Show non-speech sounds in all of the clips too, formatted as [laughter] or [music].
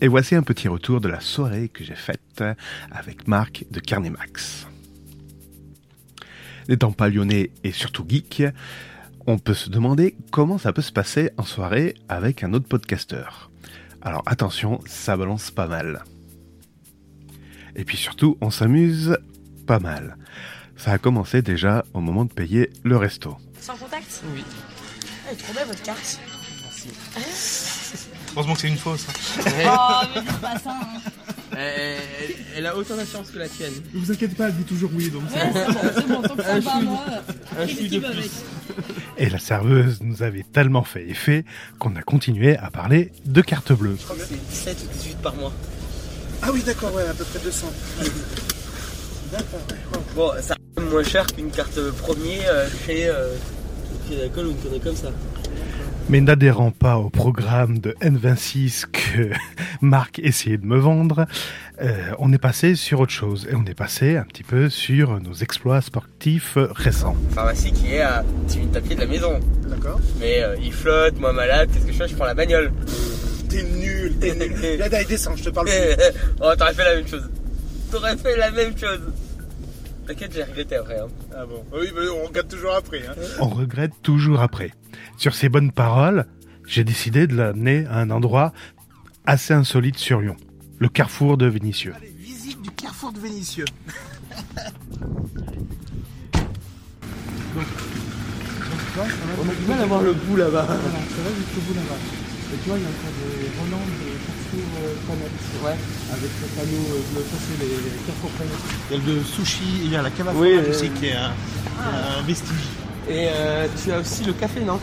Et voici un petit retour de la soirée que j'ai faite avec Marc de Carnemax. N'étant pas lyonnais et surtout geek, on peut se demander comment ça peut se passer en soirée avec un autre podcasteur. Alors attention, ça balance pas mal. Et puis surtout, on s'amuse pas mal. Ça a commencé déjà au moment de payer le resto. Sans contact Oui. Elle est trop belle votre carte. Heureusement que c'est une fausse. Oh, mais dites pas ça. hein. Elle, elle- elle a autant d'assurance que la tienne. Ne vous inquiétez pas, elle dit toujours oui, donc Ouais, c'est bon, c'est bon, tant que ça Un va pas à chouille. moi. euh, Un qu'est-ce chouille qui de va plus. avec Et la serveuse nous avait tellement fait effet qu'on a continué à parler de carte bleue. C'est 17 ou 18 par mois. Ah oui, d'accord, ouais, à peu près 200. D'accord, Bon, ça reste moins cher qu'une carte premier euh, chez euh, chez l'alcool ou une tournée comme ça. Mais n'adhérant pas au programme de N26 que [laughs] Marc essayait de me vendre, euh, on est passé sur autre chose. Et on est passé un petit peu sur nos exploits sportifs récents. Pharmacie qui est à 10 minutes à pied de la maison. [laughs] D'accord. Mais euh, il flotte, moi malade, qu'est-ce que je fais Je prends la bagnole. T'es nul, t'es [laughs] nul. Là, d'ailleurs, descends, je te parle. plus. oh, t'aurais fait la même chose. T'aurais fait la même chose. T'inquiète, j'ai regretté après. hein. Ah bon Oui, mais on regarde toujours après. Hein. On regrette toujours après. Sur ces bonnes paroles, j'ai décidé de l'amener à un endroit assez insolite sur Lyon, le carrefour de Vénissieux. Allez, visite du carrefour de Vénissieux. On a du mal à voir le bout là-bas. Voilà, ça va jusqu'au bout là-bas. Et tu vois, il y a encore des relents de Carrefour euh, Planète. Ouais. Avec le panneau euh, bleu, ça c'est les les Carrefour Planète. Il y a le sushi, il y a la cave à Oui, fromage oui, aussi oui. qui est un, un vestige. Et euh, tu as aussi le café, non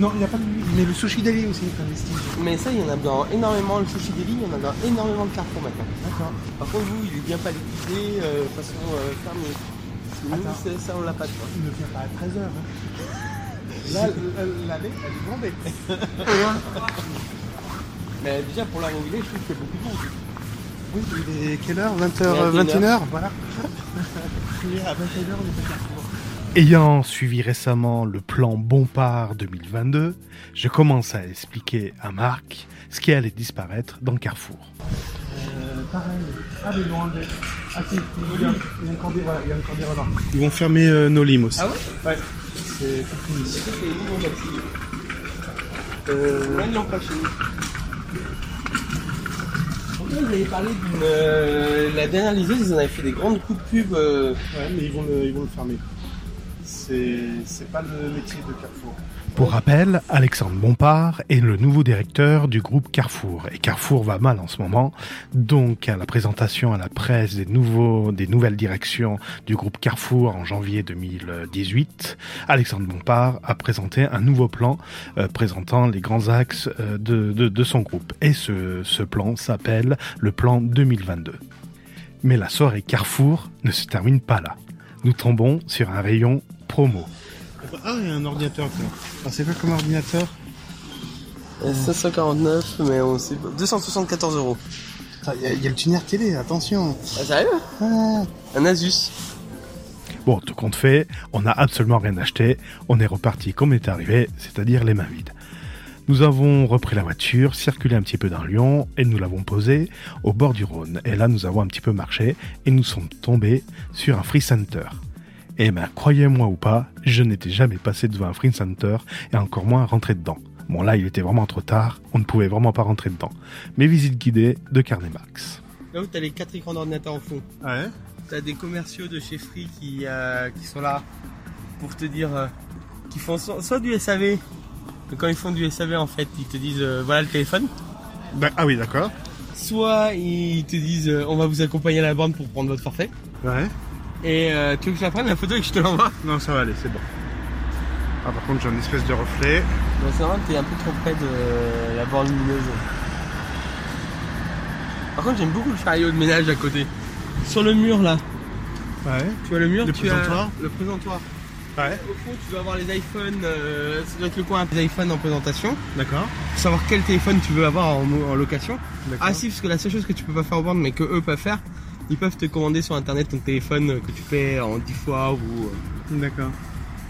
Non, il n'y a pas de mais le sushi deli aussi est un vestige. Mais ça, il y en a dans énormément. Le sushi deli, il y en a dans énormément de carrefour maintenant. D'accord. Par contre, vous, il est bien pas liquidé, euh, façon euh, fermée. Parce que nous, Attends. c'est- ça, on l'a pas, tu vois. Il ne vient pas à hein. 13h. Là, euh, l- l'allée, elle est grandée. [laughs] Mais déjà, pour la réguler, je trouve qu'il y a beaucoup de monde. Oui, il est quelle heure 20h, 21 21h Voilà. Ayant suivi récemment le plan Bompard 2022, je commence à expliquer à Marc ce qui allait disparaître dans Carrefour. Euh, pareil. Ah, mais ils l'ont enlevé. Ah, si, il y a- il y a encore des, voilà, il y a encore des relents. Ils vont fermer euh, nos limes aussi. Ouais. C'est tout fini. C'est les nouveaux maxi. Euh, Là, ils l'ont pas chez nous. Pourtant, Vous avez parlé d'une. euh, la dernière liseuse, ils en avaient fait des grandes coups de pub. euh, ouais, mais ils vont le, ils vont le fermer. C'est c'est pas le métier de Carrefour. Pour rappel, Alexandre Bompard est le nouveau directeur du groupe Carrefour. Et Carrefour va mal en ce moment. Donc, à la présentation à la presse des, nouveaux, des nouvelles directions du groupe Carrefour en janvier 2018, Alexandre Bompard a présenté un nouveau plan euh, présentant les grands axes euh, de, de- de son groupe. Et ce, ce plan s'appelle le plan 2022. Mais la soirée Carrefour ne se termine pas là. Nous tombons sur un rayon promo. Ah, il y a un ordinateur. tiens. Ah, c'est quoi comme ordinateur 549, mais on sait pas. 274 euros. Attends, Il y, a- il y a le tuner télé, attention. Ah, sérieux Ah, Un Asus. Bon, tout compte fait, on n'a absolument rien acheté, on est reparti comme on est arrivé, c'est-à-dire les mains vides. Nous avons repris la voiture, circulé un petit peu dans Lyon et nous l'avons posée au bord du Rhône. Et là, nous avons un petit peu marché et nous sommes tombés sur un free center. Eh ben, croyez-moi ou pas, je n'étais jamais passé devant un free center et encore moins rentré dedans. Bon, là, il était vraiment trop tard, on ne pouvait vraiment pas rentrer dedans. Mes visites guidées de Carnet Max. Là où t'as les 4 écrans d'ordinateur en fond. ouais. T'as des commerciaux de chez Free qui, euh, qui sont là pour te dire euh, qu'ils font so- soit du SAV. Donc quand ils font du SAV en fait, ils te disent euh, voilà le téléphone. Bah, ah oui, d'accord. Soit ils te disent euh, on va vous accompagner à la borne pour prendre votre forfait. Ouais. Et euh, tu veux que je la prenne la photo et que je te l'envoie Non, ça va aller, c'est bon. Ah, par contre, j'ai une espèce de reflet. Non Bah, c'est vrai t'es un peu trop près de la borne lumineuse. Par contre j'aime beaucoup le chariot de ménage à côté. Sur le mur là, Ouais. tu vois le mur, Le tu présentoir as le présentoir. Ouais. Au fond, tu dois avoir les iPhones, euh, ça doit être le coin des iPhones en présentation. D'accord. Savoir quel téléphone tu veux avoir en, en location. D'accord. Ah si, parce que la seule chose que tu peux pas faire en borne, mais que eux peuvent faire, Ah, ils peuvent te commander sur internet ton téléphone euh, que tu paies en 10 fois ou, euh, D'accord.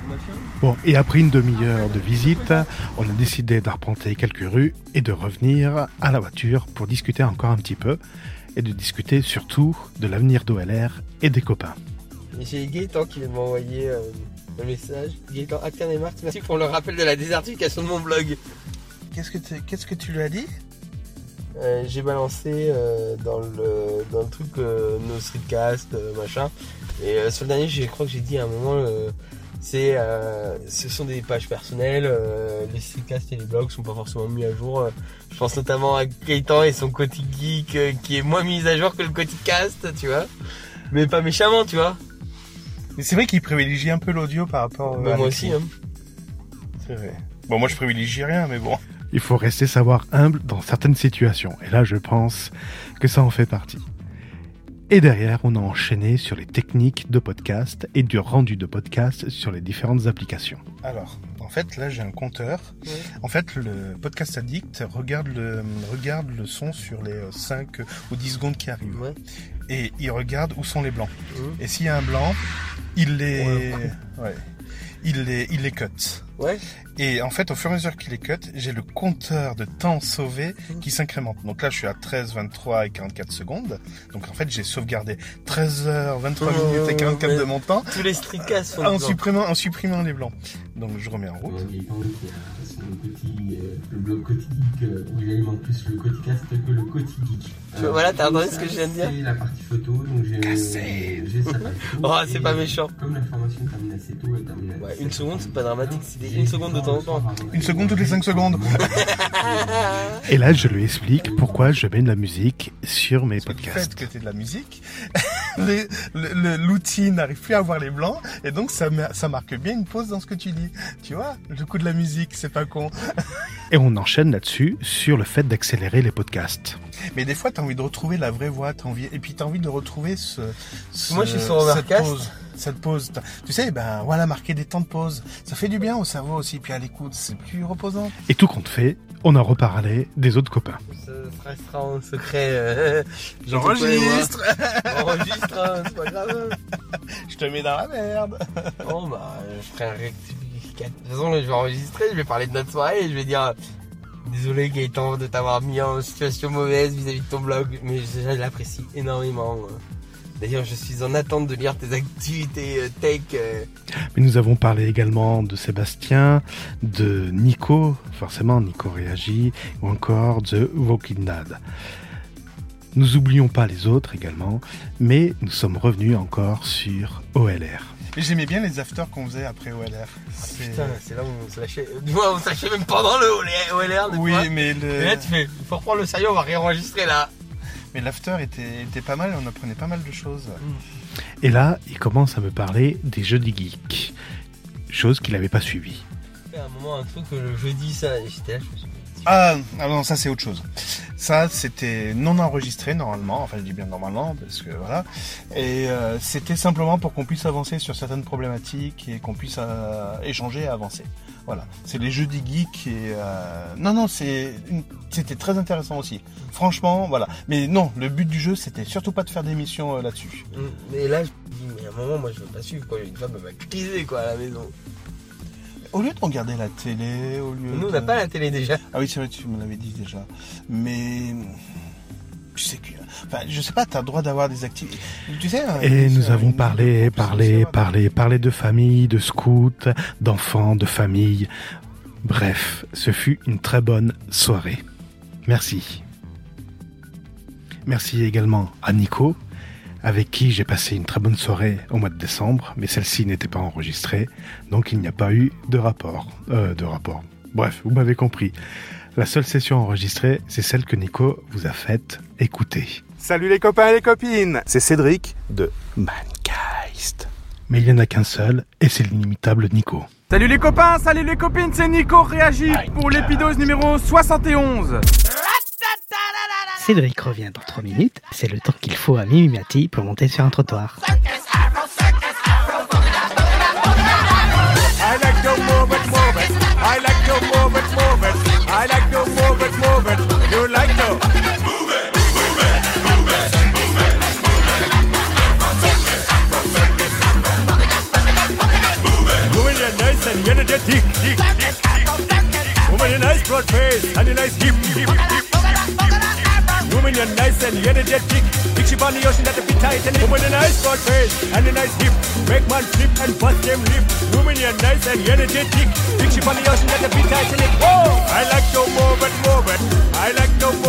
ou machin. Bon, et après une demi-heure de visite, on a décidé d'arpenter quelques rues et de revenir à la voiture pour discuter encore un petit peu et de discuter surtout de l'avenir d'OLR et des copains. Et J'ai Gaëtan qui vient de m'envoyer euh, un message. Gaëtan, Acterne et Marthe, merci pour le rappel de la désertification de mon blog. Qu'est-ce que, tu- qu'est-ce que tu lui as dit Euh, J'ai balancé euh, dans, le, dans le truc euh, nos streetcasts, euh, machin. Et euh, sur le dernier, je crois que j'ai dit à un moment, euh, c'est, euh, ce sont des pages personnelles. euh, les streetcasts et les blogs sont pas forcément mis à jour. Euh, Je pense notamment à Gaëtan et son côté geek euh, qui est moins mis à jour que le côté cast, tu vois. Mais pas méchamment, tu vois. Mais c'est vrai qu'il privilégie un peu l'audio par rapport euh, Bah, à moi aussi, l'écrit. hein. C'est vrai. Bon, moi je privilégie rien, mais bon. Il faut rester savoir humble dans certaines situations. Et là, je pense que ça en fait partie. Et derrière, on a enchaîné sur les techniques de podcast et du rendu de podcast sur les différentes applications. Alors, en fait, là j'ai un compteur. Ouais. En fait, le podcast addict regarde le, regarde le son sur les 5 ou 10 secondes qui arrivent. Ouais. Et il regarde où sont les blancs. Mhm. Et s'il y a un blanc, il les, On le [laughs] ouais. il les, il les cut. Ouais. Et en fait, au fur et à mesure qu'il les cut, j'ai le compteur de temps sauvé Mmh. qui s'incrémente. Donc là, je suis à 13, 23 et 44 secondes. Donc en fait, j'ai sauvegardé 13 heures, 23 Oh, minutes et 44 de mais- mon temps Tous les streetcasts sont en dedans. supprimant, en supprimant les blancs. Donc je remets en route. Ouais, mais tant qu'il y a sur le petit, euh, le blog quotidique, euh, où il alimente plus le quoticast que le quotidique. Tu vois, Euh, voilà, t'as entendu ce que je viens de dire Ah, C'est la partie photo, donc j'ai. Cassé j'ai sa page [laughs] photo, Oh, c'est et, pas méchant. euh, Comme la formation termine assez tôt, elle termine à Ouais, 17 une seconde, c'est pas dramatique, c'est des- J'ai une seconde de temps en le soir temps. avant Une seconde toutes les 5 secondes. Et là, je lui explique pourquoi je mets de la musique sur mes Parce que du fait podcasts. que t'es de la musique, [laughs] les- le- le- l'outil n'arrive plus à voir les blancs, et donc ça, ma- ça marque bien une pause dans ce que tu dis. Tu vois, le coup de la musique, c'est pas con. Et on enchaîne là-dessus sur le fait d'accélérer les podcasts. Mais des fois, t'as envie de retrouver la vraie voix, t'as envie, et puis t'as envie de retrouver ce, ce- Moi, je suis sur cette Overcast. pause. Cette pause, T'as- tu sais, ben voilà, marquer des temps de pause, ça fait du bien au cerveau aussi, puis à l'écoute, c'est plus reposant. Et tout compte fait, on a reparlé des autres copains. Ça restera en secret. [laughs] euh, J'enregistre, Enregistre, hein, c'est pas grave. je te mets dans la merde. Bon, bah, je ferai un rectificatif. De toute façon, là, je vais enregistrer, je vais parler de notre soirée et je vais dire euh, Désolé Gaëtan de t'avoir mis en situation mauvaise vis-à-vis de ton blog, mais je, je l'apprécie énormément. euh. D'ailleurs, je suis en attente de lire tes activités euh, tech. euh. Mais nous avons parlé également de Sébastien, de Nico, forcément Nico réagit, ou encore de Walking Dead. Nous oublions pas les autres également, mais nous sommes revenus encore sur OLR. Et J'aimais bien les afters qu'on faisait après OLR. Ah, C'est- Putain, c'est là où on se lâchait. [laughs] Du moins, on se lâchait même pendant le OLR. des oui, fois. mais le. Et là, tu fais Faut reprendre le sérieux, on va réenregistrer là. Mais l'after était, était pas mal, on apprenait pas mal de choses. Et là, il commence à me parler des jeux des geeks, chose qu'il n'avait pas suivie. fait à un moment un truc le jeudi ça et j'étais là je me suis dit, Ah, ah non, ça c'est autre chose. Ça c'était non enregistré normalement, enfin je dis bien normalement parce que voilà. Et euh, c'était simplement pour qu'on puisse avancer sur certaines problématiques et qu'on puisse euh, échanger et avancer. Voilà, c'est les jeux des geeks et euh, non non c'est une- c'était très intéressant aussi. Franchement voilà, mais non le but du jeu c'était surtout pas de faire des missions euh, là-dessus. Mm. et là je me dis mais à un moment moi je veux pas suivre quoi une femme m'a criser quoi à la maison Au lieu de regarder la télé, au lieu nous on de- n'a pas la télé déjà Ah oui, c'est vrai, tu me l'avais dit déjà. Mais. Tu sais que. Enfin, je sais pas, t'as le droit d'avoir des activités. Tu sais. Et euh, nous avons une- parlé, une- parlé, parlé, parlé de famille, de scouts, d'enfants, de famille. Bref, ce fut une très bonne soirée. Merci. Merci également à Nico, avec qui j'ai passé une très bonne soirée au mois de décembre, mais celle-ci n'était pas enregistrée, donc il n'y a pas eu de rapport. Euh, de rapport. Bref, vous m'avez compris. La seule session enregistrée, c'est celle que Nico vous a faite écouter. Salut les copains et les copines C'est Cédric de Mangeist. Mais il n'y en a qu'un seul, et c'est l'inimitable Nico. Salut les copains, salut les copines, c'est Nico réagit pour l'épidose numéro 71. Cédric revient dans 3 minutes, c'est le temps qu'il faut à Mimimati pour monter sur un trottoir. I like to move it, move it. I like to move it, move it. I like to move it, move it. You like to move it, move it, move it, move it. swell. You're the dead chick. Big ship on the ocean that the be tight. And woman a nice broad face and a nice hip. Make man flip and bust them lip. Woman, you're nice and you're the dead chick. Big ship on the ocean that the be tight. And it, oh, I like to move it, move it. I like to